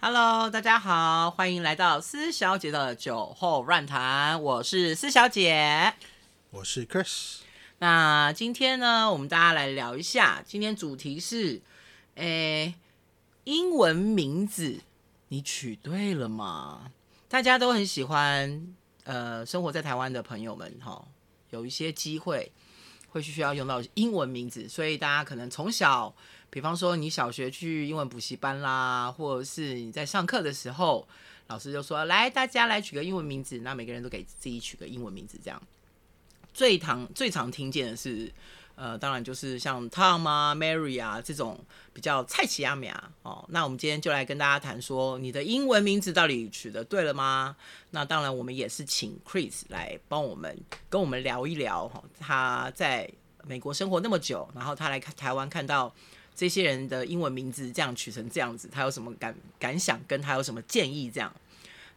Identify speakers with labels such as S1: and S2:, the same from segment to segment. S1: Hello，大家好，欢迎来到思小姐的酒后乱谈，我是思小姐。
S2: 我是 Chris。
S1: 那今天呢，我们大家来聊一下，今天主题是，诶，英文名字你取对了吗？大家都很喜欢，呃，生活在台湾的朋友们哈、有一些机会会需要用到英文名字，所以大家可能从小，比方说你小学去英文补习班啦，或者是你在上课的时候，老师就说来，大家来取个英文名字，那每个人都给自己取个英文名字，这样。最常最常听见的是，呃，当然就是像 Tom 啊、Mary 啊这种比较菜奇亚美啊哦。那我们今天就来跟大家谈说，你的英文名字到底取得对了吗？那当然，我们也是请 Chris 来帮我们跟我们聊一聊哈、哦，他在美国生活那么久，然后他来看台湾看到。这些人的英文名字这样取成这样子，他有什么感感想？跟他有什么建议？这样，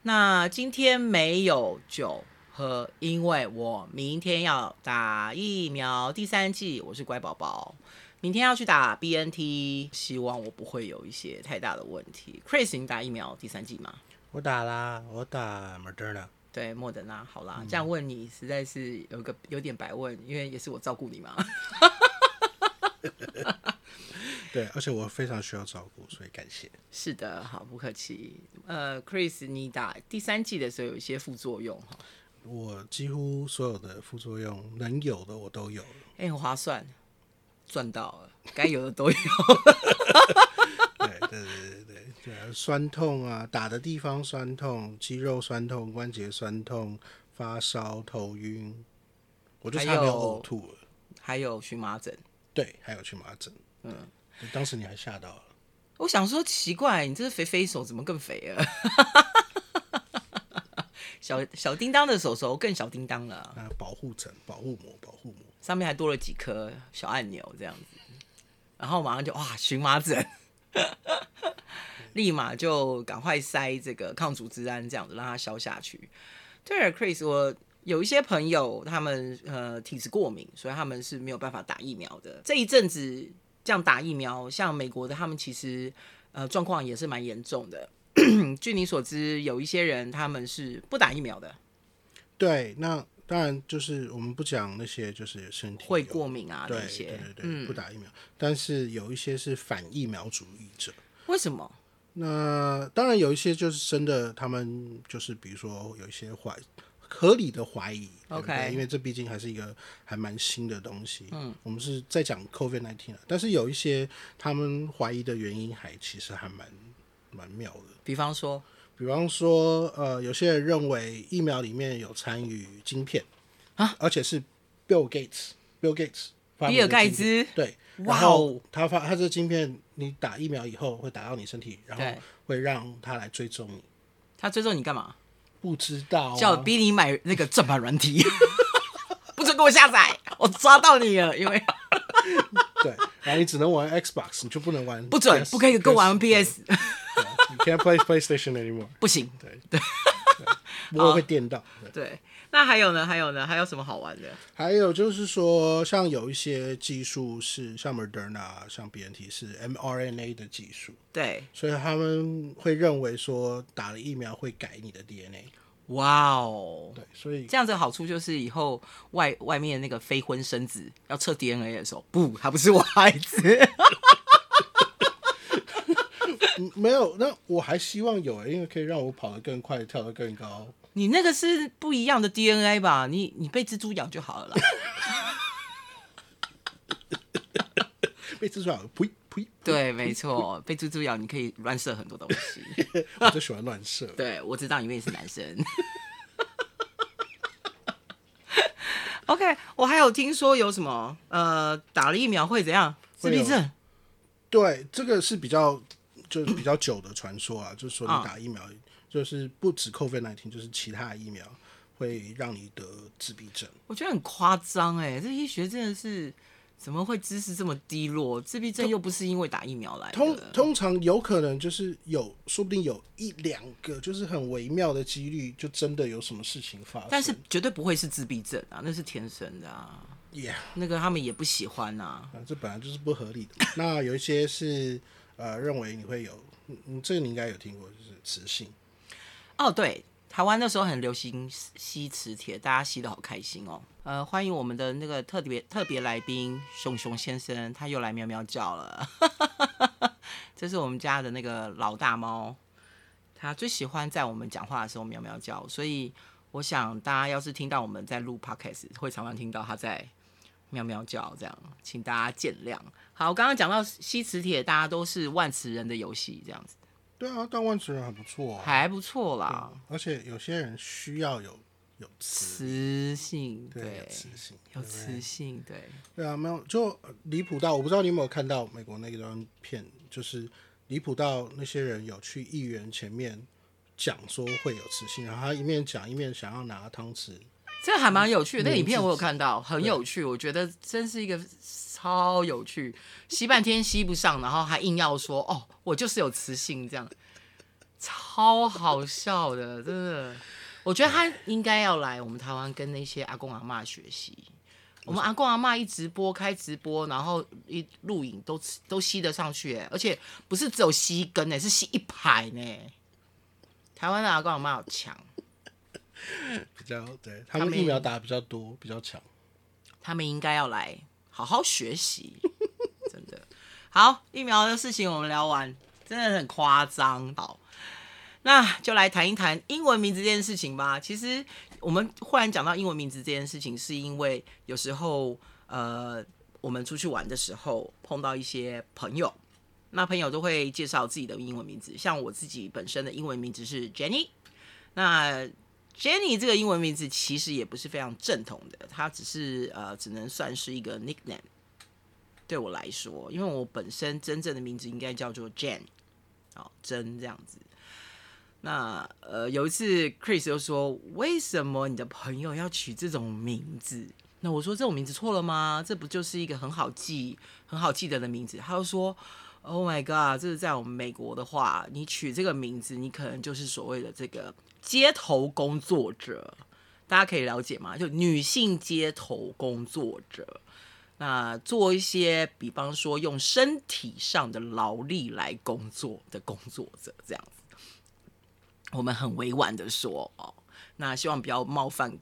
S1: 那今天没有酒喝，因为我明天要打疫苗第三剂，我是乖宝宝，明天要去打 BNT，希望我不会有一些太大的问题。Chris，你打疫苗第三剂吗？
S2: 我打啦，我打 Moderna。
S1: 对，莫德纳，好啦，这样问你实在是有个有点白问，因为也是我照顾你嘛。
S2: 对，而且我非常需要照顾，所以感谢。
S1: 是的，好，不客气。呃，Chris，你打第三剂的时候有一些副作用哈，
S2: 我几乎所有的副作用能有的我都有了，
S1: 哎、很划算，赚到了，该有的都有。
S2: 对对对对对对啊，酸痛啊，打的地方酸痛，肌肉酸痛，关节酸痛，发烧、头晕，我就差
S1: 还有
S2: 没有呕吐了。
S1: 还有荨麻疹。
S2: 对，还有荨麻疹。嗯，当时你还吓到了。
S1: 我想说奇怪，你这肥肥手怎么更肥了？ 小小叮当的手手更小叮当了，
S2: 那啊保护枕、保护膜、保护膜，
S1: 上面还多了几颗小按钮这样子，然后马上就哇荨麻疹， 立马就赶快塞这个抗组织胺这样子让它消下去。对了，Chris，我有一些朋友他们呃体质过敏，所以他们是没有办法打疫苗的。这一阵子这样打疫苗，像美国的他们其实呃状况也是蛮严重的。 据你所知，有一些人他们是不打疫苗的，
S2: 对，那当然就是我们不讲那些就是身体
S1: 会
S2: 有
S1: 过敏啊
S2: 对
S1: 那些
S2: 对。对对，不打疫苗，但是有一些是反疫苗主义者。
S1: 为什么？
S2: 那当然有一些就是真的，他们就是比如说有一些怀合理的怀疑
S1: OK
S2: 对不对因为这毕竟还是一个还蛮新的东西。嗯，我们是在讲 COVID nineteen 但是有一些他们怀疑的原因还其实还蛮蛮妙的。
S1: 比方说，
S2: 比方说，呃，有些人认为疫苗里面有参与晶片啊，而且是 Bill Gates，Bill Gates，发明
S1: 比尔
S2: 的
S1: 盖
S2: 晶片
S1: 茨
S2: 对，
S1: 哇哦
S2: 然后他发他这晶片，你打疫苗以后会打到你身体，然
S1: 对
S2: 后会让他来追踪你，
S1: 他追踪你干嘛？
S2: 不知道、啊、
S1: 叫逼你买那个正版软体， 不准给我下载，我抓到你了， 因为
S2: 对，然后你只能玩 Xbox，你就不能玩 PS,
S1: 不准，不可以跟我玩 PS，
S2: ，You can't play PlayStation anymore，
S1: 不行。
S2: 对对，不过会电到。对
S1: 对，那还有呢？还有呢？还有什么好玩的？
S2: 还有就是说，像有一些技术是像 Moderna、像 BNT 是 mRNA 的技术，
S1: 对，
S2: 所以他们会认为说打了疫苗会改你的 DNA。
S1: 哇哦，
S2: 对，所以
S1: 这样子的好处就是以后外外面那个非婚生子要测 DNA 的时候，不，他不是我孩 子。
S2: 嗯没有。那我还希望有、因为可以让我跑得更快，跳得更高。
S1: 你那个是不一样的 DNA 吧？你你被蜘蛛咬就好了啦。
S2: 被蜘蛛咬，呸呸！
S1: 对，没错，被蜘蛛咬你可以乱射很多东西。
S2: 我最喜欢乱射。
S1: 对，我知道你为是男生。OK，我还有听说有什么呃，打了疫苗会怎样？自闭症
S2: 对，这个是比较 就是比较久的传说啊，就是说
S1: 啊
S2: 你打疫苗，就是不止 COVID 1 9就是其他的疫苗会让你得自闭症。
S1: 我觉得很夸张哎，这医学真的是怎么会知识这么低落？自闭症又不是因为打疫苗来
S2: 通
S1: 的。
S2: 通常有可能就是有，说不定有一两个，就是很微妙的几率，就真的有什么事情发生。
S1: 但是绝对不会是自闭症啊，那是天生的啊，
S2: ，Yeah，
S1: 那个他们也不喜欢啊。
S2: 啊这本来就是不合理的。那有一些是呃，认为你会有嗯嗯，这个你应该有听过，就是磁性。
S1: 哦，对，台湾那时候很流行吸磁铁，大家吸的好开心哦。呃，欢迎我们的那个特别特别来宾熊熊先生，他又来喵喵叫了。 这是我们家的那个老大猫，它最喜欢在我们讲话的时候喵喵叫，所以我想大家要是听到我们在录 podcast，会常常听到它在喵喵叫，这样，请大家见谅。好，我刚刚讲到吸磁铁，大家都是万磁人的游戏，这样子
S2: 对啊，但万磁人还不错、啊，
S1: 还不错啦。
S2: 而且有些人需要有有磁，
S1: 磁性，
S2: 对，有
S1: 对，
S2: 磁性，
S1: 有
S2: 对不对
S1: 磁性，对，
S2: 对啊，没有就离谱到我不知道你有没有看到美国那张片，就是离谱到那些人有去议员前面讲说会有磁性，然后他一面讲一面想要拿汤匙，
S1: 这还蛮有趣的。那
S2: 嗯
S1: 影片
S2: 自己
S1: 我有看到，很有趣，我觉得真是一个超有趣，吸半天吸不上，然后还硬要说哦，我就是有磁性这样，超好笑的，真的。我觉得他应该要来我们台湾跟那些阿公阿嬷学习。我们阿公阿嬷一直播开直播，然后一录影都都吸得上去，哎，而且不是只有吸一根呢，欸是吸一排呢。台湾的阿公阿嬷好强，
S2: 比较对他们疫苗打得比较多，比较强。
S1: 他们应该要来好好学习， 真的。好，疫苗的事情我们聊完，真的很夸张。好，那就来谈一谈英文名字这件事情吧。其实我们忽然讲到英文名字这件事情，是因为有时候呃，我们出去玩的时候碰到一些朋友，那朋友都会介绍自己的英文名字。像我自己本身的英文名字是 Jenny，那 Jenny 这个英文名字其实也不是非常正统的，它只是呃，只能算是一个 nickname。对我来说，因为我本身真正的名字应该叫做 Jane，哦，真这样子。那呃，有一次 Chris 又说：“为什么你的朋友要取这种名字？”那我说：“这种名字错了吗？这不就是一个很好记、很好记得的名字？”他就说：“Oh my god，这是在我们美国的话，你取这个名字，你可能就是所谓的这个街头工作者，大家可以了解吗？就女性街头工作者，那做一些，比方说用身体上的劳力来工作的工作者，这样子。我们很委婉的说哦，那希望不要冒犯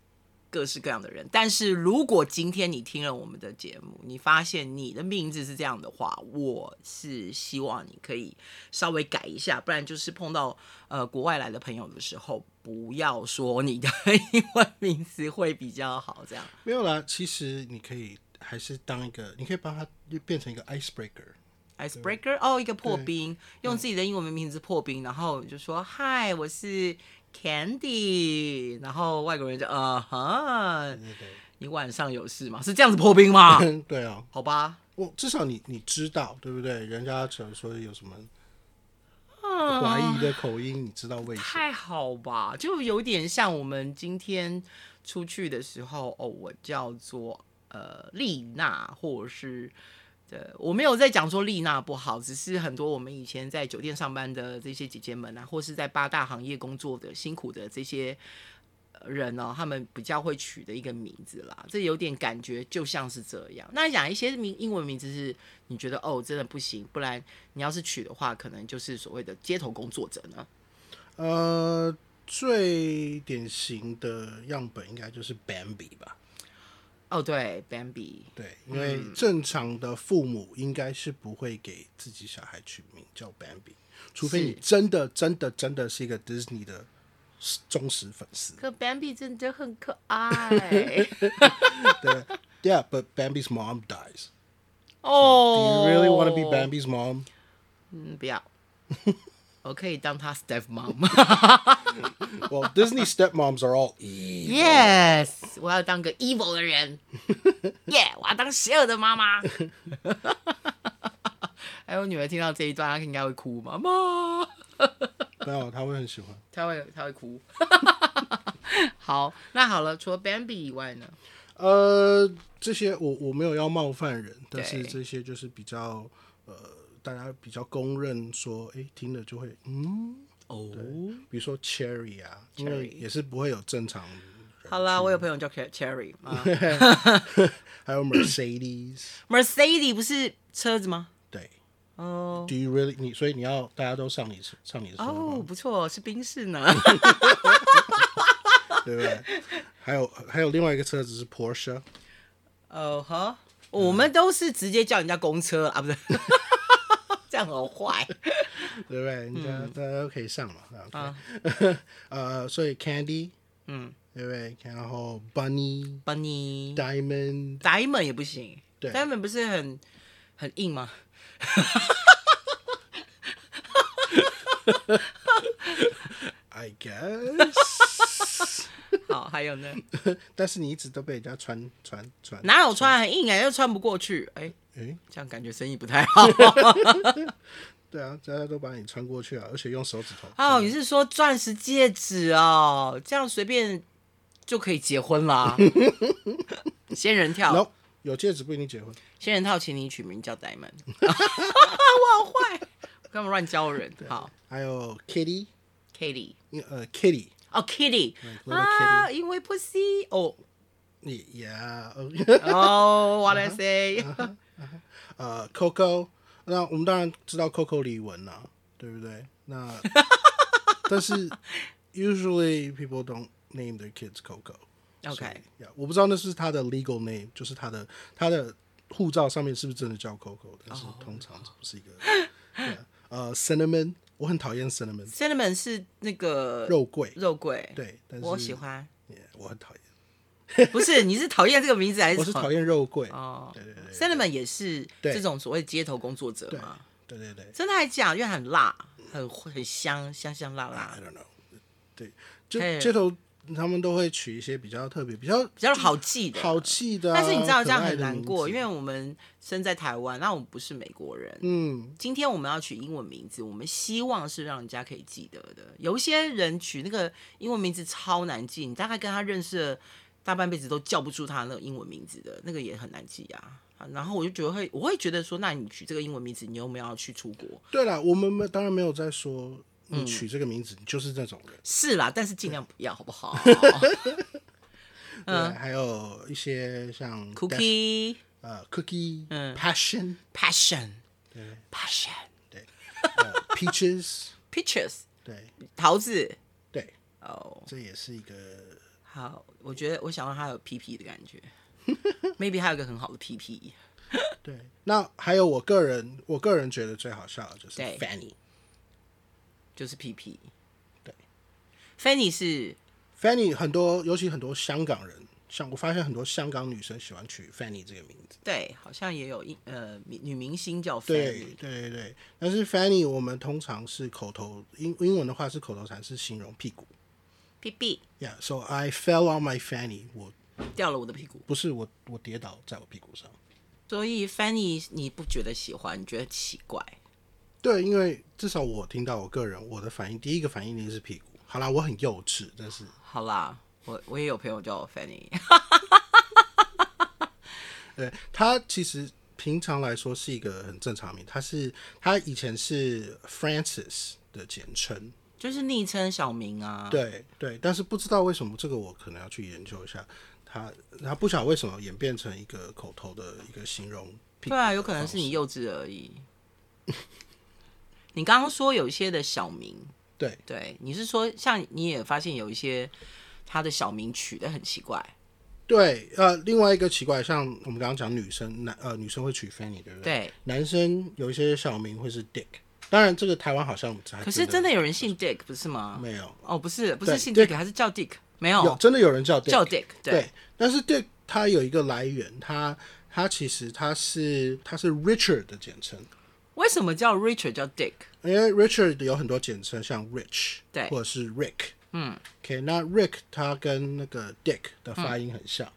S1: 各式各样的人。但是如果今天你听了我们的节目，你发现你的名字是这样的话，我是希望你可以稍微改一下，不然就是碰到呃国外来的朋友的时候，不要说你的 英文名字会比较好。这样
S2: 没有啦，其实你可以还是当一个，你可以把它变成一个 icebreaker。
S1: icebreaker 哦，一个破冰，用自己的英文名字破冰，然后你就说嗨，我是 Candy，然后外国人就呃哈，
S2: 对
S1: 你晚上有事吗？是这样子破冰吗？
S2: 对对啊，
S1: 好吧，
S2: 我至少你你知道对不对？人家只能说有什么
S1: 嗯
S2: 怀疑的口音，你知道为什么？
S1: 太好吧，就有点像我们今天出去的时候，哦，我叫做呃丽娜，或者是呃，我没有在讲说丽娜不好，只是很多我们以前在酒店上班的这些姐姐们啊，或是在八大行业工作的辛苦的这些呃人哦，他们比较会取的一个名字啦，这有点感觉就像是这样。那讲一些名英文名字是你觉得哦真的不行，不然你要是取的话，可能就是所谓的街头工作者呢。
S2: 呃，最典型的样本应该就是 Bambi 吧？
S1: 哦，对，Bambi，
S2: 对，因为正常的父母应该是不会给自己小孩取名叫 Bambi，除非你
S1: 是
S2: 真的真的真的是一个 Disney 的忠实粉丝。
S1: 可 Bambi 真的很可 爱
S2: Yeah, but Bambi's mom dies.
S1: 哦
S2: Do。you really want to be Bambi's mom?
S1: Oh，嗯，不要， 我可以当他 step mom。
S2: Well, Disney stepmoms are all evil.
S1: yes，我要 当个 evil 的 人。yeah，我要当邪恶的妈妈。 哎，我女儿听到这一段，她应该会哭，妈妈。
S2: 没有，他会很喜欢。
S1: 她会，她会哭。 好，那好了，除了 Bambi 以外呢？
S2: 呃，这些我我没有要冒犯人，但是
S1: 对
S2: 这些就是比较呃，大家比较公认说，诶，听了就会嗯，
S1: 哦、
S2: 比如说 Cherry 啊，因为
S1: Cherry
S2: 也是不会有正常人。
S1: 好啦，我有朋友叫 Cher- Cherry 啊
S2: 还有 Mercedes，
S1: ，Mercedes 不是车子吗？
S2: 对，
S1: 哦
S2: Do you really？你所以你要大家都上你上你的车
S1: 哦，
S2: 吗？
S1: 不错，是冰室呢。
S2: 对不对？还有还有另外一个车子是 Porsche，
S1: 哦呵，我们都是直接叫人家公车啊，不是， 这样好坏。
S2: 对不对？人家、
S1: 嗯
S2: 大家都可以上嘛。OK 啊 呃，所以 Candy，
S1: 啊嗯
S2: 对不对？然后 Bunny、
S1: ，Bunny
S2: Diamond，
S1: Diamond 也不行，
S2: 对
S1: ，Diamond 不是很很硬吗？
S2: I guess 。
S1: 好，还有呢？
S2: 但是你一直都被人家穿穿穿，
S1: 哪有穿很硬啊？又穿不过去，哎、
S2: 诶，
S1: 这样感觉生意不太好。
S2: 对啊，大家都把你穿过去啊，而且用手指头。
S1: 哦，你是说钻石戒指哦？这样随便就可以结婚啦？仙人跳
S2: No，有戒指不一定结婚。
S1: 仙人跳，请你取名叫 Diamond。我好坏，我干嘛乱教人？好
S2: 还有 Kitty，
S1: ，Kitty，
S2: 呃，Kitty，
S1: 哦，Kitty
S2: little
S1: 啊，因为 pussy 哦
S2: 你 yeah，
S1: 哦，what
S2: Uh-huh.
S1: I say？
S2: 呃，Coco，那我们当然知道 Coco 李玟啦、对不对？ 那但是 usually people don't name their kids Coco。
S1: OK
S2: yeah, 我不知道那是他的 legal name，就是他的他的护照上面是不是真的叫 Coco，但
S1: 哦
S2: 是通常这不是一个。对啊呃，cinnamon，我很讨厌 cinnamon，
S1: Cinnamon 是那个
S2: 肉桂。
S1: 肉桂，
S2: 对，但是
S1: 我喜欢。
S2: Yeah，我很讨厌，
S1: 不是，你是讨厌这个名字还
S2: 我
S1: 是
S2: 是
S1: 什么
S2: 讨厌肉桂。
S1: 哦
S2: 对对对
S1: ，Cinnamon 也是
S2: 对
S1: 这种所谓街头工作者
S2: 对
S1: 嘛？
S2: 对对对
S1: 真的还假？因为很辣，很很香，香香辣辣
S2: ，I
S1: 的，
S2: don't know。对，就
S1: 嘿
S2: 街头他们都会取一些比较特别、比较
S1: 比较好记的。
S2: 好记的啊、
S1: 但是你知道这样
S2: 可爱
S1: 很
S2: 的
S1: 难过，因
S2: 名字
S1: 为我们身在台湾，那我们不是美国人。
S2: 嗯，
S1: 今天我们要取英文名字，我们希望是让人家可以记得的。有一些人取那个英文名字超难记，你大概跟他认识了大半辈子都叫不出他那个英文名字的，那个也很难记啊。啊然后我就觉得会，我会觉得说，那你取这个英文名字，你有没有要去出国？
S2: 对了，我们没当然没有在说
S1: 嗯
S2: 你取这个名字，你就是这种人。
S1: 是啦，但是尽量不要，好不好
S2: 对，还有一些像
S1: 嗯
S2: Dash-
S1: ？Cookie
S2: 呃 cookie，
S1: 嗯
S2: passion，
S1: passion
S2: 对
S1: passion
S2: 对呃，peaches，
S1: peaches
S2: 对
S1: 桃子
S2: 对，
S1: 哦。
S2: 这也是一个
S1: 好，我觉得我想让他有屁屁的感觉，maybe 他有个很好的屁屁。
S2: 对。那还有我个人，我个人觉得最好笑的就是
S1: 对
S2: Fanny。
S1: 就是屁屁。
S2: 对
S1: ，Fanny 是
S2: Fanny 很多，尤其很多香港人，像我发现很多香港女生喜欢取 Fanny 这个名字。
S1: 对，好像也有一呃女女明星叫
S2: 对
S1: Fanny，
S2: 对对对，但是 Fanny 我们通常是口头英英文的话是口头禅，是形容屁股。
S1: 屁屁
S2: Yeah, so I fell on my fanny. 我
S1: 掉了我的屁股，
S2: 不是我，我跌倒在我屁股上。
S1: 所以 Fanny 你不觉得喜欢，你觉得奇怪？
S2: 对，因为至少我听到我个人我的反应，第一个反应一定是屁股。好啦，我很幼稚，但是
S1: 好啦，我我也有朋友叫我 Fanny，
S2: 对他其实平常来说是一个很正常的名，他是他以前是 Francis 的简称。
S1: 就是昵称小名啊。
S2: 对对，但是不知道为什么这个我可能要去研究一下，他他不晓得为什么演变成一个口头的一个形容屁股
S1: 对
S2: 的方式。
S1: 啊，有可能是你幼稚而已。 你刚刚说有一些的小名，
S2: 对
S1: 对，你是说像你也发现有一些他的小名取的很奇怪，
S2: 对，呃，另外一个奇怪，像我们刚刚讲女生男呃女生会取 Fanny，对不对？
S1: 对。
S2: 男生有一些小名会是 Dick，当然这个台湾好像才
S1: 可是真
S2: 真
S1: 的有人姓 Dick 不是吗？
S2: 没有，
S1: 哦，不是，不
S2: 对
S1: 是姓
S2: Dick
S1: Dick，还是叫 Dick？没
S2: 有
S1: 有，
S2: 真的有人叫 Dick，
S1: 叫 Dick。对，
S2: 但是 Dick 它有一个来源，它它其实它是它是 Richard 的简称，
S1: 为什么叫 Richard 叫 Dick？
S2: 因为 Richard 有很多简称，像 Rich，
S1: 对
S2: 或者是 Rick，嗯，OK，那 Rick 它跟那个 Dick 的发音很像，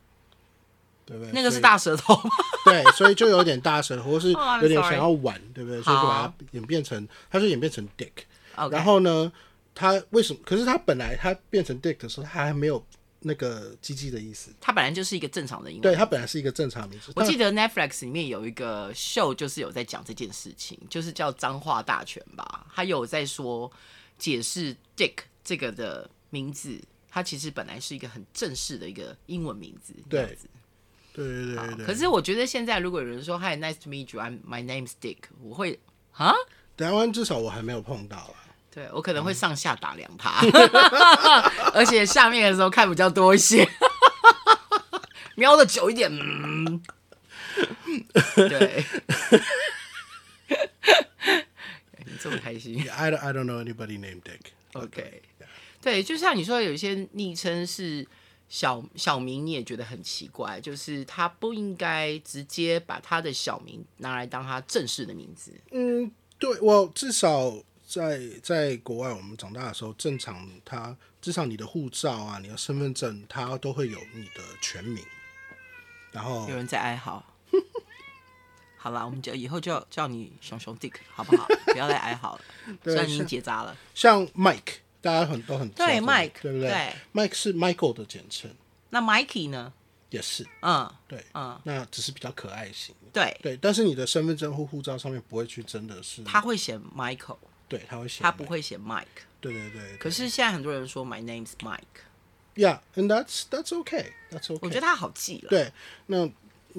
S2: 对不对？
S1: 嗯那个是
S2: 所以
S1: 大舌头吗？
S2: 对，所以就有点大舌头，或是
S1: Oh, I'm
S2: 有点想要玩，对不对？所以就把它
S1: 好
S2: 演变成，它就演变成 Dick。
S1: OK
S2: 然后呢，他为什么？可是他本来他变成 Dick 的时候，他还没有那个鸡鸡的意思。
S1: 他本来就是一个正常的英文。
S2: 对，他本来是一个正常名字。
S1: 我记
S2: 但
S1: 得 Netflix 里面有一个秀，就是有在讲这件事情，就是叫《脏话大全》吧。他有在说解释 Dick 这个的名字，它其实本来是一个很正式的一个英文名字。
S2: 对
S1: 这样子
S2: 对对对对对。
S1: 可是我觉得现在如果有人说 Hi, nice to meet you, I'm my name's Dick，我会啊？
S2: 台湾至少我还没有碰到啊。
S1: 对我可能会上下打量他， 而且下面的时候看比较多一些， 瞄的久一点。嗯，对， 你这么开心
S2: Yeah, I don't, I don't know anybody named Dick.
S1: ，OK？对，就像你说，有一些昵称是小小名，你也觉得很奇怪，就是他不应该直接把他的小名拿来当他正式的名字。
S2: 嗯，对，我至少在在国外，我们长大的时候，正常他至少你的护照啊，你的身份证，它都会有你的全名。然后
S1: 有人在哀嚎。 好啦，我们就以后就叫你熊熊 Dick 好不 好？不要再哀嚎了，虽
S2: 对
S1: 然你已经
S2: 像
S1: 结扎了。
S2: 像 Mike，大家很都很
S1: 对
S2: 知道
S1: Mike，
S2: 对不对
S1: 对
S2: m i k e 是 Michael 的简称，
S1: 那 Mikey 呢？
S2: 也是
S1: 嗯，
S2: 对，
S1: 嗯，
S2: 那只是比较可爱型。
S1: 对，
S2: 对，但是你的身份证或护照上面不会去真的是
S1: 他，会写 Michael，
S2: 对，他会写，
S1: 他不，会写 Mike。
S2: 对对对。
S1: 可是现在很多人说 My name's Mike，
S2: ，Yeah，and that's that's okay, that's okay。
S1: 我觉得他好记了。
S2: 对，那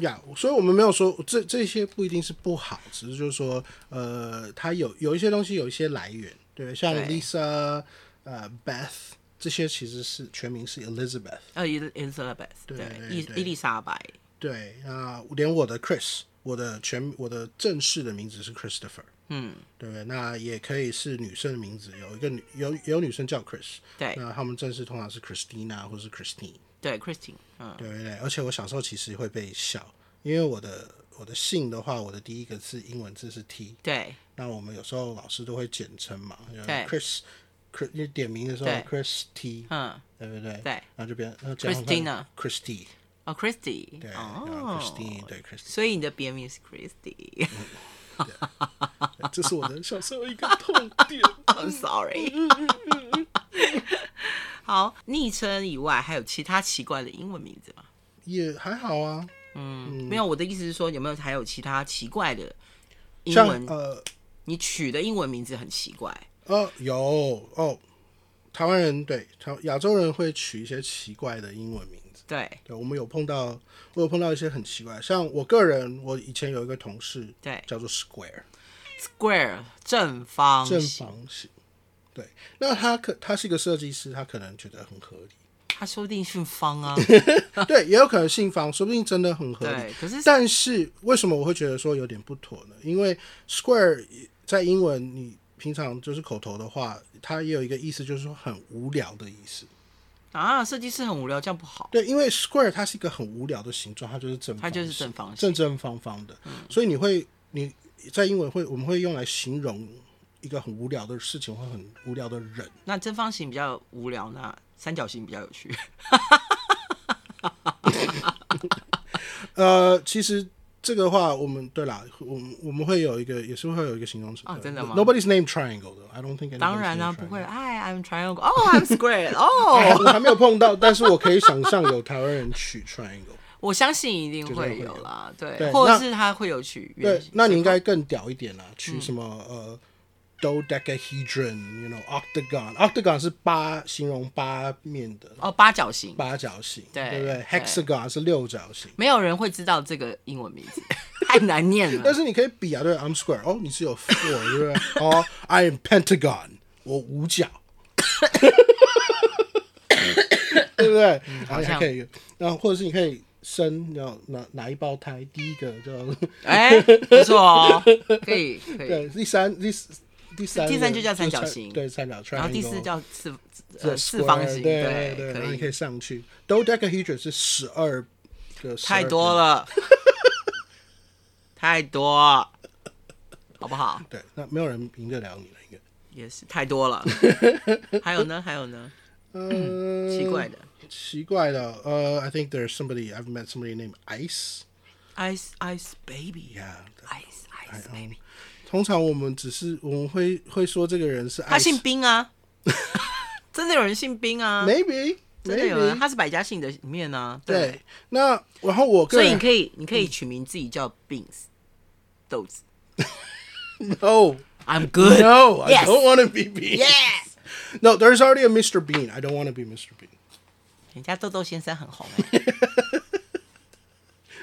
S2: 呀，所以我们没有说这这些不一定是不好，只是就是说，呃，它有有一些东西有一些来源，对不对？像
S1: 对
S2: Lisa、呃 Beth 这些其实是全名是 Elizabeth，
S1: 呃，El-，Elizabeth，
S2: 对
S1: 对，
S2: 对
S1: 伊
S2: 对
S1: 伊丽莎白。
S2: 对，那连我的 Chris，我的全我的正式的名字是 Christopher，
S1: 嗯，
S2: 对不对？那也可以是女生的名字，有一个女有有女生叫 Chris，
S1: 对
S2: 那她们正式通常是 Christina 或是 Christine。
S1: 对，Christine，嗯，
S2: 对对对，而且我小时候其实会被笑，因为我的我的姓的话，我的第一个字英文字是 T，
S1: 对
S2: 那我们有时候老师都会简称嘛，就是
S1: 对
S2: Chris。Chris，你点名的时候
S1: 对
S2: ，Chris T，
S1: 嗯，
S2: 对不对？
S1: 对
S2: 然后就变那
S1: Christina
S2: Christy，
S1: 哦，Christy，
S2: 对，然后
S1: 哦
S2: Christine，对 Christy，
S1: 所以你的别名是 Christy。
S2: 对这是我的小时候一个痛点。
S1: I'm sorry 好，昵称以外还有其他奇怪的英文名字吗？
S2: 也还好啊，
S1: 嗯，没有。我的意思是说，有没有还有其他奇怪的英
S2: 像
S1: 文？
S2: 呃
S1: 你取的英文名字很奇怪，
S2: 呃有哦，台湾人对台亚洲人会取一些奇怪的英文名字。
S1: 对
S2: 对，我们有碰到，我有碰到一些很奇怪，像我个人，我以前有一个同事
S1: 对
S2: 叫做 Square
S1: ，square 正方
S2: 正
S1: 形，
S2: 方形，对，那他可他是一个设计师，他可能觉得很合理，
S1: 它说不定是方啊。
S2: 对，也有可能姓方，说不定真的很合理。
S1: 对，可是
S2: 但是为什么我会觉得说有点不妥呢？因为 Square 在英文你平常就是口头的话，它也有一个意思，就是说很无聊的意思。
S1: 啊，设计师很无聊，这样不好。
S2: 对，因为 square 它是一个很无聊的形状，它就是正方形，
S1: 它就是正方形嗯
S2: 正正方方的，所以你会你在英文会我们会用来形容一个很无聊的事情或很无聊的人。
S1: 那正方形比较无聊，那三角形比较有趣。
S2: 呃，其实这个话我们对啦，我们我们会有一个也是会有一个形容词
S1: 哦真的吗
S2: ？Nobody's name triangle 的，I don't think anybody's named triangle。
S1: 当然啦、不会。哎，I'm triangle，哦、i m square，哦、
S2: 我还没有碰到，但是我可以想象有台湾人取 triangle。
S1: 我相信一定会
S2: 绝对会
S1: 有
S2: 有
S1: 啦，对，
S2: 对
S1: 或者
S2: 那
S1: 是他会有取原
S2: 对
S1: 型，。
S2: 那你应该更屌一点啦，取什么、呃 dodecahedron，you know octagon octagon 是八形容八面的
S1: 哦，八角形，
S2: 八角形，
S1: 对
S2: 不对
S1: 对
S2: ？hexagon 是六角形，
S1: 没有人会知道这个英文名字， 太难念了。
S2: 但是你可以比啊，对，I'm square，哦，你是有 four，对 不对？哦，I am pentagon，我五角。对不对？然后你还可以，然后或者是你可以生，然后哪哪一胞胎，第一个叫
S1: 哎，不错 哦，可以可以。
S2: 对，第三第四第三
S1: 第三就
S2: 个
S1: 叫三角形
S2: 对三角，
S1: 然后第
S2: triangle
S1: 四叫四
S2: 这
S1: 呃四方形，
S2: 对对，然后
S1: 可
S2: 你可
S1: 以
S2: 以，上去。Dodecahedron 是十二个，
S1: 太多。了， 太多，好不好？
S2: 对，那没有人赢得了你了，应该。
S1: 也是太多 了。还有呢？还有呢？
S2: 嗯，
S1: 奇怪的
S2: 奇怪的，呃，I think there's somebody I've met somebody named Ice。
S1: ，ice ice baby，ice
S2: 嗯 Yeah。
S1: ice baby，
S2: 通常我们只是我们会会说这个人是 Ice。
S1: 他姓冰啊， 真的有人姓冰 啊？
S2: Maybe。
S1: 真的有人，
S2: Maybe。
S1: 他是百家姓的里面啊呢、
S2: 对，，那然后我个
S1: 所以
S2: 人
S1: 你可以，你可
S2: 嗯
S1: 以取名自己叫 Beans 豆子。
S2: No
S1: I'm good.
S2: No I
S1: Yes.
S2: ，Oh， don't want to be Bean.
S1: Yeah.
S2: No, there's already a Mr. Bean. I don't want to be Mr. Bean.
S1: 人家豆豆先生 很红、欸，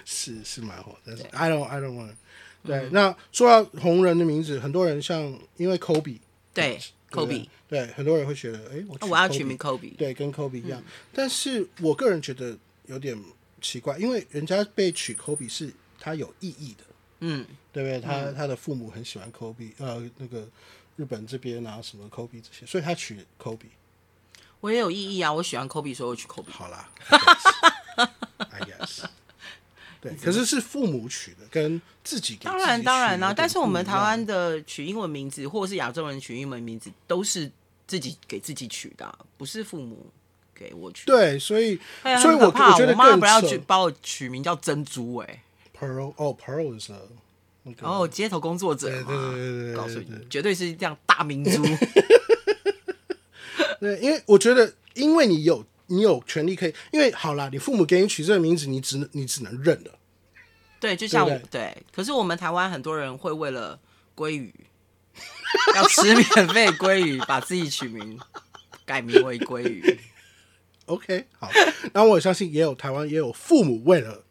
S2: 是是蛮好，但是 I don't I don't want，
S1: 嗯
S2: 对，那说到红人的名字，很多人像因为 Kobe，
S1: 对
S2: 对不对
S1: ，Kobe，
S2: 对，很多人会觉得，哎，我
S1: 那我要取
S2: Kobe
S1: 名 Kobe，嗯
S2: 对，跟 Kobe 一样。但是我个人觉得有点奇怪，因为人家被取 Kobe 是他有意义的，
S1: 嗯，
S2: 对不对？他、他的父母很喜欢 Kobe，呃，那个日本这边啊什么 Kobe 这些，所以他取 Kobe。
S1: 我也有意义啊，我喜欢 Kobe，所以我取 Kobe。
S2: 好 啦，I guess，对，可是是父母取的，跟自己给
S1: 当
S2: 自己
S1: 然
S2: 取
S1: 当然啊
S2: 有
S1: 啦、
S2: 点
S1: 但是我们
S2: 不一
S1: 台
S2: 样
S1: 湾的取英文名字，或者是亚洲人取英文名字，都是自己给自己取的啊、不是父母给我取。
S2: 对，所以
S1: 哎呀
S2: 所以
S1: 很可
S2: 我
S1: 怕
S2: 我觉得
S1: 我妈
S2: 更
S1: 不要
S2: 扯
S1: 取把我取名叫珍珠哎、
S2: Pearl 哦，Pearl is a 那个
S1: 然后街头工作者嘛，
S2: 对对对对
S1: 告诉
S2: 对
S1: 你，绝对是这样大明 珠。
S2: 对，因为
S1: 哦
S2: 我觉得，因为你有你有权利可以，因为好啦，你父母给你取这个名字，你只能你只能认了。
S1: 对，就像我
S2: 对
S1: 对
S2: 不
S1: 可是我们台湾很多人会为了鲑鱼要吃免费鲑鱼，把自己取名改名为鲑鱼。
S2: OK，好， 然后我相信也有台湾也有父母为了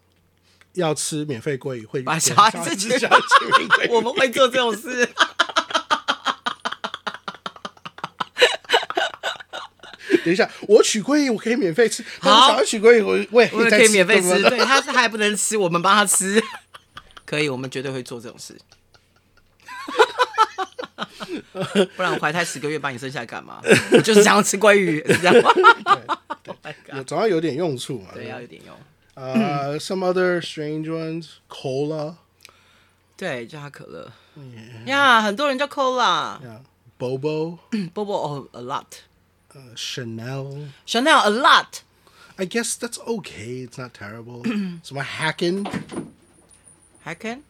S2: 要吃免费鲑鱼会
S1: 把
S2: 给
S1: 小孩
S2: 小
S1: 子
S2: 子
S1: 取
S2: 小孩子取名鲑鱼
S1: 我们会做这种事，
S2: 等一下，我取鲑鱼我可以免费吃，但我
S1: 好
S2: 想要取鲑鱼我我也
S1: 我们
S2: 再
S1: 可以免费吃。
S2: 对吗
S1: 对，他是还不能吃，我们帮他吃。可以，我们绝对会做这种事。不然我怀胎十个月把你生下来干嘛？我就是想要吃鲑鱼，是这样吗 ？Oh my god！
S2: 有总要有点用处嘛。
S1: 对，
S2: 吧
S1: 要有点用。
S2: 呃，some other strange ones cola
S1: 对，叫他可乐呀很多人叫 Cola，
S2: yeah, bobo
S1: 波波哦 a lot。
S2: 呃 Chanel。
S1: Chanel a lot，
S2: I guess that's okay. It's not terrible. 什么 Hacken？
S1: 还 can，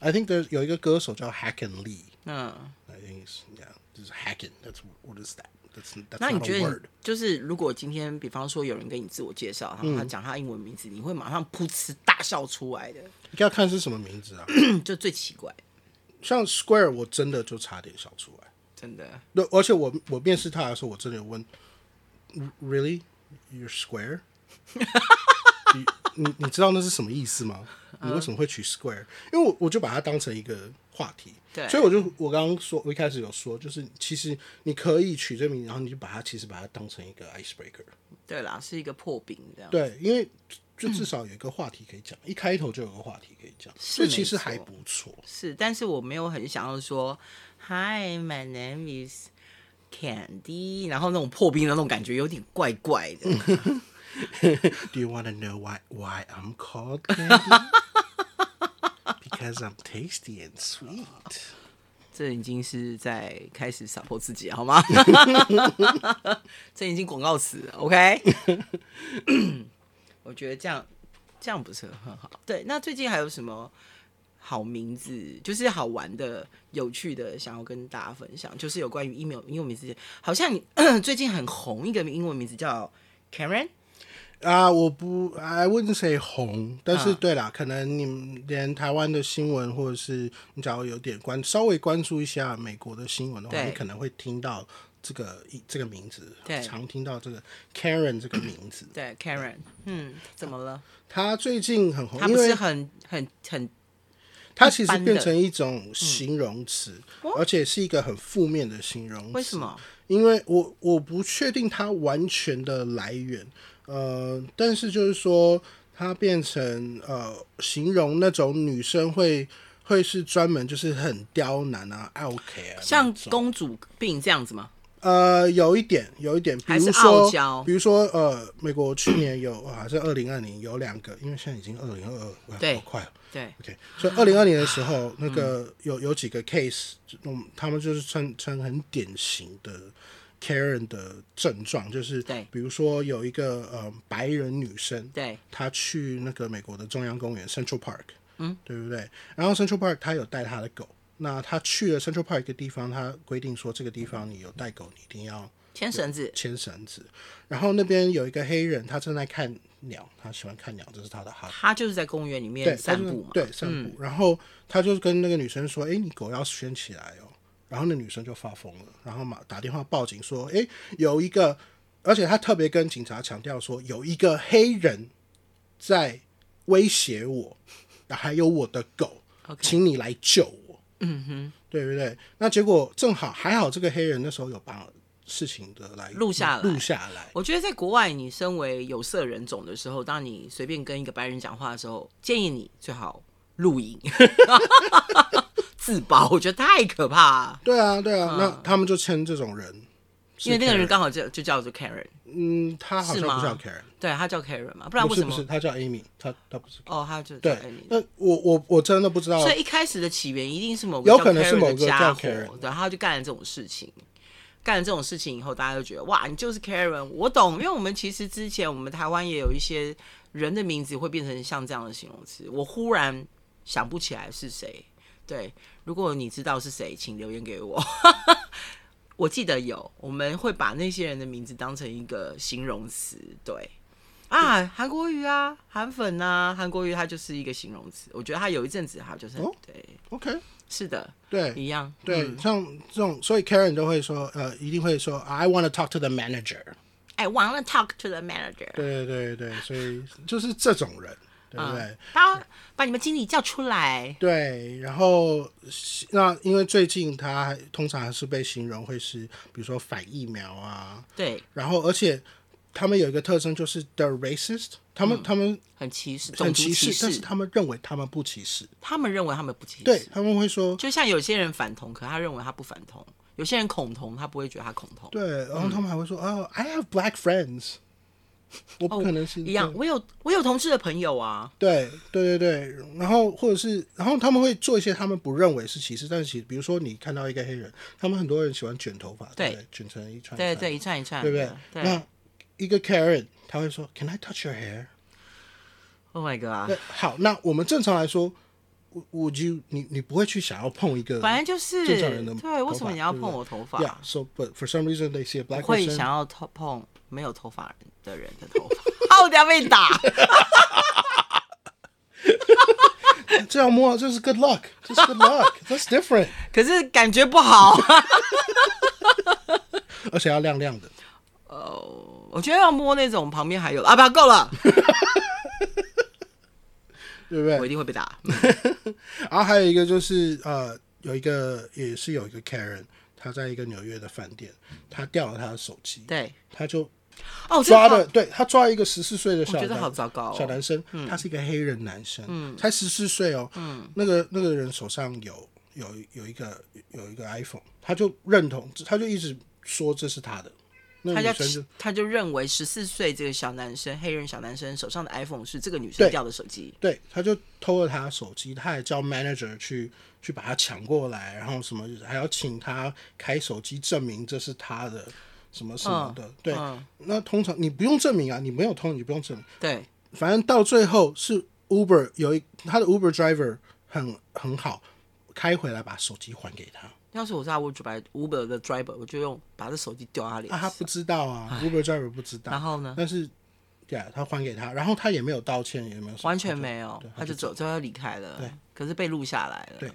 S2: I think there's 有一个歌手叫 Hacken Lee.
S1: 嗯，
S2: I think it's yeah, just Hacken. That's what is that? That's that's
S1: 那你
S2: not
S1: 觉得
S2: a
S1: 你
S2: word.
S1: 就是如果今天比方说有人跟你自我介绍，然后他讲他英文名字，你会马上噗嗤大笑出来的，
S2: 要看是什么名字啊？
S1: 就最奇怪，
S2: 像 Square，我真的就差点笑出来。
S1: 真的。
S2: 对，而且我我面试他的时候，我真的有问，Really, you're Square？你你你知道那是什么意思吗？你为什么会取 Square？因为我我就把它当成一个话题，
S1: 对
S2: 所以我就我刚刚说，我一开始有说，就是其实你可以取这名字，然后你就把它其实把它当成一个 icebreaker。
S1: 对啦，是一个破冰这样。
S2: 对，因为就至少有一个话题可以讲，一开头就有个话题可以讲，
S1: 是
S2: 所以其实
S1: 没错
S2: 还不错。
S1: 是，但是我没有很想要说，Hi, my name is Candy，然后那种破冰的那种感觉有点怪怪的。
S2: Do you want to know why why I'm called Candy? Because I'm tasty and sweet.
S1: 这已经是在开始撒破自己好吗？ 这已经广告词了，OK？我觉得这样这样不是很好。对，那最近还有什么好名字，就是好玩的、有趣的，想要跟大家分享？就是有关于英文英文名字，好像你 最近很红一个英文名字叫 Karen，
S2: 啊、Ah, 我不，I wouldn't say 红，但是对啦，可能你们连台湾的新闻，或者是你只要有点关，稍微关注一下美国的新闻的话，
S1: 对
S2: 你可能会听到这个一这个名字，
S1: 对
S2: 常听到这个 Karen 这个名字。
S1: 对 Karen，嗯，怎么了？
S2: 他最近很红
S1: 他，
S2: 哦因
S1: 不
S2: 为
S1: 是很很很
S2: 它其实
S1: 般的嗯哦
S2: 变成一种形容词，而且是一个很负面的形容词。
S1: 为什么？
S2: 因为我我不确定它完全的来源，呃，但是就是说它变成呃形容那种女生会会是专门就是很刁难啊、OK 啊，
S1: 像公主病这样子吗？
S2: 呃，有一点，有一点，比
S1: 还是
S2: 如
S1: 傲
S2: 说
S1: 娇，
S2: 比如说，呃，美国去年有，啊，还是二零二零有两个，因为现在已经二零二二，
S1: 对
S2: 好快哦
S1: 对啊
S2: ，OK，所以二零二零的时候，那个有有几个 case，嗯，他们就是称称很典型的 Karen 的症状，就是
S1: 对
S2: 比如说有一个呃白人女生，
S1: 对，
S2: 她去那个美国的中央公园 Central Park，嗯，对不对？然后 Central Park 她有带她的狗，那她去了 Central Park 一个地方，她规定说这个地方你有带狗，你一定要
S1: 牵绳子。
S2: 牵绳子。然后那边有一个黑人，他正在看鸟，他喜欢看鸟，这是他的 hobby。
S1: 他就是在公园里
S2: 对，
S1: 面
S2: 他
S1: 散
S2: 就
S1: 步嘛。嗯
S2: 对，散步。然后他就跟那个女生说：“哎、你狗要圈起来哦。”然后那女生就发疯了，然后嘛打电话报警说：“哎、有一个，而且他特别跟警察强调说，有一个黑人在威胁我，还有我的狗。”
S1: ，OK，
S2: 请你来救我，
S1: 嗯哼，
S2: 对不对？那结果正好还好，这个黑人那时候有把事情的来
S1: 录下来
S2: 录下来，
S1: 我觉得在国外，你身为有色人种的时候，当你随便跟一个白人讲话的时候，建议你最好录影 自保，我觉得太可怕了。
S2: 对啊，对啊，那他们就称这种人
S1: 嗯
S2: 是
S1: 因为那个人
S2: Karen
S1: 刚好就就叫做 Karen，
S2: 嗯，他好像
S1: 是
S2: 不
S1: 吗
S2: 叫 Karen，
S1: 对他叫 Karen 嘛，不然
S2: 不
S1: 为
S2: 是
S1: 什
S2: 不
S1: 么？
S2: 是，他叫 Amy，他他不是。
S1: 哦，他就
S2: 对
S1: 叫 Amy，
S2: 那我我我真的不知道
S1: 所以一开始的起源一定是某
S2: 有
S1: 个叫
S2: 可能是
S1: Karen
S2: 某
S1: 的
S2: 个
S1: 家
S2: 叫
S1: 伙，
S2: Karen
S1: 然后他就干了这种事情。干了这种事情以后，大家就觉得哇，你就是 Karen，我懂，因为我们其实之前我们台湾也有一些人的名字会变成像这样的形容词，我忽然想不起来是谁。对，如果你知道是谁，请留言给我。 我记得有，我们会把那些人的名字当成一个形容词。对啊，韩国瑜啊，韩粉啊，韩国瑜他就是一个形容词。我觉得他有一阵子他就是、
S2: 哦
S1: 对，
S2: ，OK，
S1: 是的，
S2: 对，
S1: 一样。
S2: 对，
S1: 嗯
S2: 像这种，所以 Karen 都会说，呃，一定会说，I want to talk to the manager。
S1: I want to talk to the manager。
S2: 对对对，所以就是这种人，对不对？
S1: 把把你们经理叫出来。
S2: 对，然后那因为最近他还通常还是被形容会是，比如说反疫苗啊，
S1: 对，
S2: 然后而且他们有一个特征就是 the racist，他们、他们
S1: 很歧视，嗯种
S2: 很
S1: 族
S2: 歧视，但是
S1: 视。
S2: 他们认为他们不歧视，
S1: 他们认为他们不歧视。
S2: 对，他们会说，
S1: 就像有些人反同，可他认为他不反同；有些人恐同，他不会觉得他恐同。
S2: 对，然后他们还会说，哦，I have black friends，我不可能是、
S1: 哦一样，我有我有同志的朋友啊，
S2: 对对对对，然后或者是，然后他们会做一些他们不认为是歧视，但是其实比如说你看到一个黑人，他们很多人喜欢卷头发，对
S1: 对
S2: 不对，卷成一串，
S1: 对对，，一串一串
S2: 对
S1: 的，
S2: 不对？那一个 Karen 他会说，Can I touch your hair？
S1: o h Oh my god，
S2: 那好，那我们正常来说，Would you？你你不会去想要碰一个
S1: 反正就是
S2: 正常人的头发
S1: 对，为什么你要
S2: 对
S1: 碰
S2: 不对
S1: 我头发？
S2: Yeah, so but for some reason they see a
S1: 我
S2: black
S1: 会
S2: person.
S1: 想要碰碰没有头发的人的头发， 啊，我等下被打。
S2: 这样摸就是 good luck，这是 good luck. That's different，
S1: 可是感觉不好。
S2: 而且要亮亮的。
S1: 哦，我觉得要摸那种旁边还有啊，不够了，
S2: 对不对
S1: 我？一定会被 打。
S2: 然后还有一个就是呃，有一个也是有一个 Karen，她在一个纽约的饭店，她掉了她的手机，
S1: 对，
S2: 她就
S1: 哦，这
S2: 抓
S1: 个好
S2: 了，对她抓了一个十四岁的小
S1: 我觉
S2: 男，
S1: 得好糟糕哦嗯
S2: 小男生，他是一个黑人男生，才十四岁哦，那个那个人手上有有有一个有一个 iPhone，他就认同，他就一直说这是他的，那个
S1: 他
S2: 女
S1: 就
S2: 生就
S1: 他就认为十四岁这个小男生，黑人小男生手上的 iPhone 是这个女生掉的手机。
S2: 对，他就偷了他的手机，他还叫 manager 去去把他抢过来，然后什么还要请他开手机证明这是他的什么什
S1: 嗯
S2: 么的。对，那通常你不用证明啊，你没有偷，你不用证明。
S1: 对，
S2: 反正到最后是 Uber 有一他的 Uber driver 很很好，开回来把手机还给他。
S1: 要是我是他，我就把 Uber 的 driver，我就用把这手机丢他脸
S2: 啊，他
S1: 上。
S2: 不知道啊，Uber driver 不知道。
S1: 然后呢
S2: 但是，对啊，他还给他，然后他也没有道歉，也没有什么
S1: 完全没有
S2: 对，
S1: 他就走，最后他离开了。可是被录下来了。
S2: 对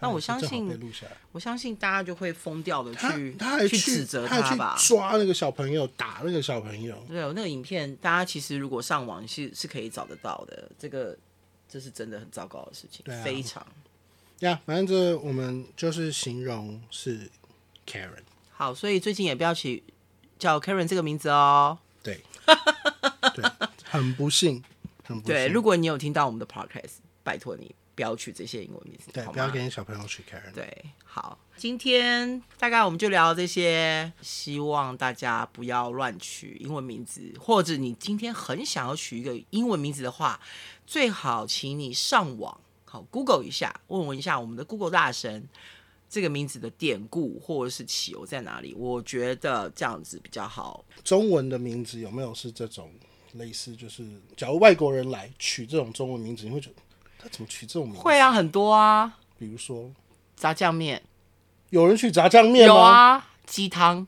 S1: 那我
S2: 他
S1: 相
S2: 哎正好被
S1: 信，
S2: 录下来。
S1: 我相信大家就会疯掉的
S2: 他
S1: 去
S2: 他还
S1: 去指责
S2: 他还
S1: 吧
S2: 去。抓那个小朋友，打那个小朋友。
S1: 对，有那个影片，大家其实如果上网是是可以找得到的。这个这是真的很糟糕的事情，
S2: 对啊
S1: 非常
S2: 呀、反正这我们就是形容是 Karen，
S1: 好。所以最近也不要起叫 Karen 这个名字哦。
S2: 对，对，很不幸，很不幸，
S1: 对，如果你有听到我们的 podcast，拜托你不要取这些英文名字，
S2: 对
S1: 好
S2: 不要
S1: 吗？
S2: 给你小朋友取 Karen。
S1: 对，好，今天大概我们就聊这些，希望大家不要乱取英文名字，或者你今天很想要取一个英文名字的话，最好请你上网好 Google 一下，问问一下我们的 Google 大神这个名字的典故或者是起由在哪里。我觉得这样子比较好。
S2: 中文的名字有没有是这种类似？就是假如外国人来取这种中文名字，你会觉得他怎么取这种名字？
S1: 会啊，很多啊，
S2: 比如说，
S1: 炸酱面
S2: 有人取炸酱面
S1: 有
S2: 吗
S1: 啊，鸡汤。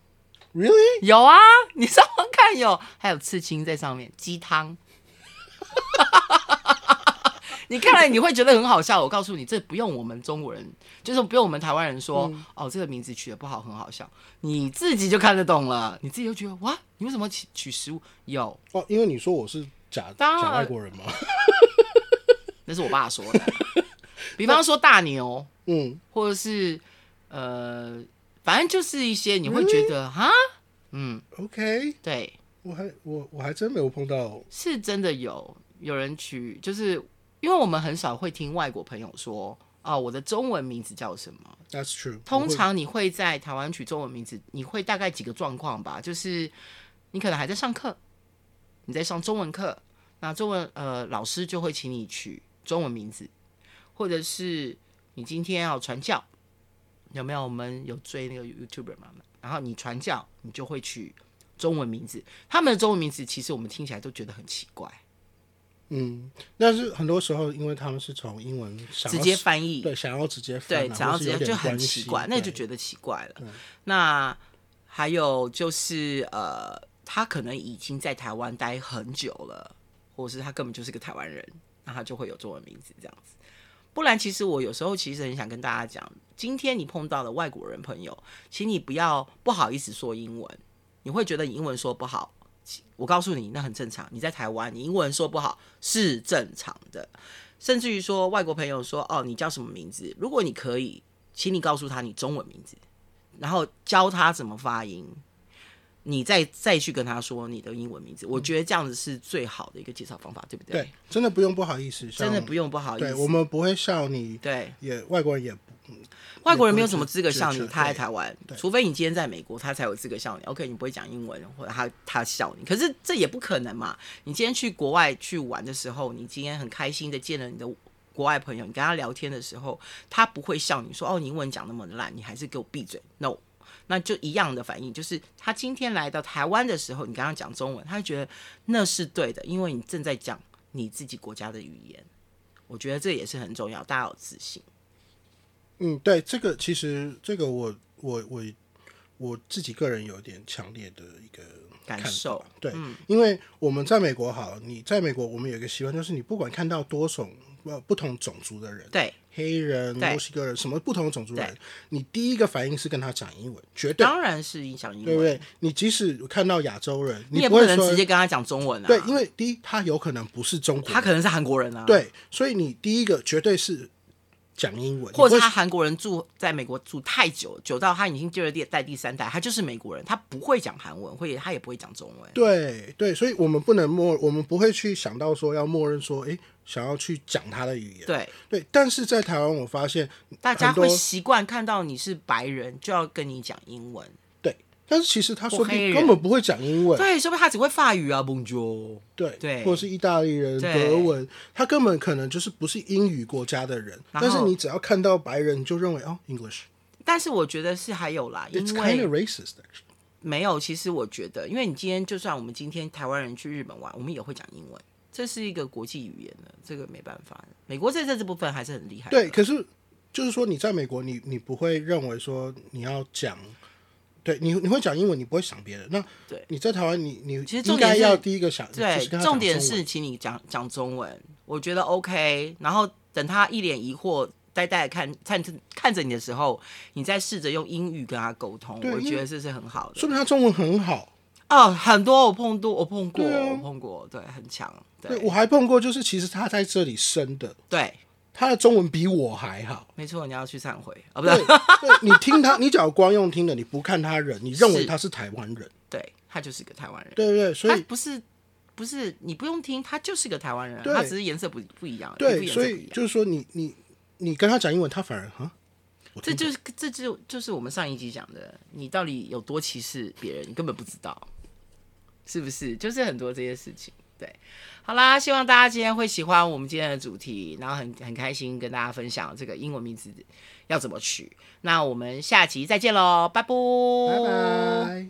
S2: ？Really？
S1: 有啊，你上网看有，还有刺青在上面，鸡汤。 你看了你会觉得很好笑，我告诉你，这不用我们中国人，就是不用我们台湾人说、哦，这个名字取得不好，很好笑，你自己就看得懂了，你自己就觉得哇，你为什么取取食物？有，
S2: 哦，因为你说我是假
S1: 当然
S2: 假外国人嘛。
S1: 那是我爸说的，比方说大牛，
S2: 嗯，
S1: 或者是呃，反正就是一些你会觉得哈，嗯，
S2: OK，
S1: 对，
S2: 我还我我还真没有碰到，
S1: 是真的有有人取，就是因为我们很少会听外国朋友说啊、我的中文名字叫什么。
S2: That's true 我会。
S1: 通常你会在台湾取中文名字，你会大概几个状况吧？就是你可能还在上课，你在上中文课，那中文呃老师就会请你取中文名字，或者是你今天要传教，有没有？我们有追那个 YouTuber 嘛？然后你传教，你就会取中文名字。他们的中文名字其实我们听起来都觉得很奇怪，
S2: 嗯，但是很多时候因为他们是从英文想
S1: 直
S2: 要
S1: 接翻译。
S2: 对想要直接翻啊
S1: 对，想要
S2: 或
S1: 直
S2: 是
S1: 接
S2: 有点
S1: 就很
S2: 关系
S1: 奇怪，那就
S2: 对嗯
S1: 觉得奇怪了。那还有就是呃，他可能已经在台湾待很久了，或者是他根本就是个台湾人，那他就会有中文名字这样子。不然，其实我有时候其实很想跟大家讲，今天你碰到的外国人朋友，请你不要不好意思说英文，你会觉得你英文说不好。我告诉你，那很正常。你在台湾，你英文说不好是正常的。甚至于说外国朋友说哦，你叫什么名字？如果你可以，请你告诉他你中文名字，然后教他怎么发音，你再再去跟他说你的英文名字。我觉得这样子是最好的一个介绍方法，对不对？
S2: 嗯对，真的不用不好意思，
S1: 真的
S2: 像
S1: 不用不好意
S2: 对，我
S1: 思。
S2: 们不会笑你，
S1: 对，
S2: 也外国人也
S1: 外国人没有什么资格笑
S2: 也不
S1: 你，
S2: 会
S1: 他在
S2: 对
S1: 台湾，除非你今天在美国，他才有资格笑你。OK，你不会讲英文，或者他他笑你，可是这也不可能嘛。你今天去国外去玩的时候，你今天很开心的见了你的国外朋友，你跟他聊天的时候，他不会笑你说哦，你英文讲那么烂，你还是给我闭嘴。No，那就一样的反应，就是他今天来到台湾的时候，你跟他讲中文，他就觉得那是对的，因为你正在讲你自己国家的语言。我觉得这也是很重要，大家要有自信。
S2: 嗯，对，这个其实这个我我我我自己个人有点强烈的一个
S1: 感
S2: 看法
S1: 受，嗯
S2: 对，因为我们在美国好，你在美国我们有一个习惯，就是你不管看到多种呃不同种族的人，
S1: 对，
S2: 黑人、
S1: 对
S2: 墨西哥人，什么不同的种族人
S1: 对，
S2: 你第一个反应是跟他讲英文，绝对，
S1: 当然是影响英文。
S2: 对不对？你即使看到亚洲人，
S1: 你也
S2: 不
S1: 不
S2: 会
S1: 可能
S2: 说
S1: 直接跟他讲中文啊。
S2: 对，因为第一他有可能不是中国人，
S1: 他可能是韩国人啊，，
S2: 对，所以你第一个绝对是讲英文，
S1: 或者
S2: 你不
S1: 是
S2: 会
S1: 他韩国人住在美国住太久，久到他已经第二代、代第三代，他就是美国人，他不会讲韩文，会他也不会讲中文。
S2: 对对，所以我们不能默，我们不会去想到说要默认说，诶，想要去讲他的语言。
S1: 对，
S2: 对，但是在台湾我发现
S1: 大家
S2: 很多
S1: 会习惯看到你是白人就要跟你讲英文，
S2: 对，但是其实他说不
S1: 或黑
S2: 定
S1: 人
S2: 根本不会讲英文，
S1: 对，说不定他只会法语啊，Bonjour。
S2: 对，
S1: 对
S2: 或者是意大利人、
S1: 对
S2: 德文，他根本可能就是不是英语国家的人，
S1: 然
S2: 但是
S1: 后
S2: 你只要看到白人，你就认为哦，English，it's
S1: 但是我觉得是还有啦，因
S2: kind
S1: 为
S2: of racist actually。
S1: 没有，其实我觉得，因为你今天就算我们今天台湾人去日本玩，我们也会讲英文，这是一个国际语言的，这个没办法。美国在这这部分还是很厉害的。
S2: 对，可是就是说你在美国你，你不会认为说你要讲，对你你会讲英文，你不会想别的。那
S1: 对
S2: 你在台湾你，你
S1: 其实重
S2: 应
S1: 点
S2: 该
S1: 是
S2: 要第一个想，就
S1: 对
S2: 是跟，他讲
S1: 重点
S2: 中文
S1: 是，请你讲讲中文，我觉得 OK。然后等他一脸疑惑、呆呆地看看着看着你的时候，你再试着用英语跟他沟通，
S2: 对
S1: 我
S2: 因为
S1: 觉得这是很好的
S2: 说。明他中文很好。
S1: 哦，很多我碰多，我碰过，
S2: 对啊
S1: 我碰过，对，很强，
S2: 对
S1: 对
S2: 我还碰过，就是其实他在这里生的，
S1: 对，
S2: 他的中文比我还好。
S1: 没错，你要去忏悔啊，不
S2: 对，
S1: 是，
S2: 对你听他，你只要光用听的，你不看他人，你认为
S1: 是
S2: 他是台湾人，
S1: 对他就是个台湾人，
S2: 对不对？所
S1: 他
S2: 以
S1: 不是不是你不用听，他就是个台湾人，啊
S2: 对
S1: 他只是颜色不不一样，皮肤
S2: 对，
S1: 颜色
S2: 所
S1: 不一
S2: 以
S1: 样。
S2: 就是说你你你跟他讲英文，他反而哈，我
S1: 这
S2: 听不
S1: 就是这就就是我们上一集讲的，你到底有多歧视别人，你根本不知道，是不是？就是很多这些事情。对，好啦，希望大家今天会喜欢我们今天的主题，然后很很开心跟大家分享这个英文名字要怎么取。那我们下集再见喽，拜拜，
S2: 拜拜。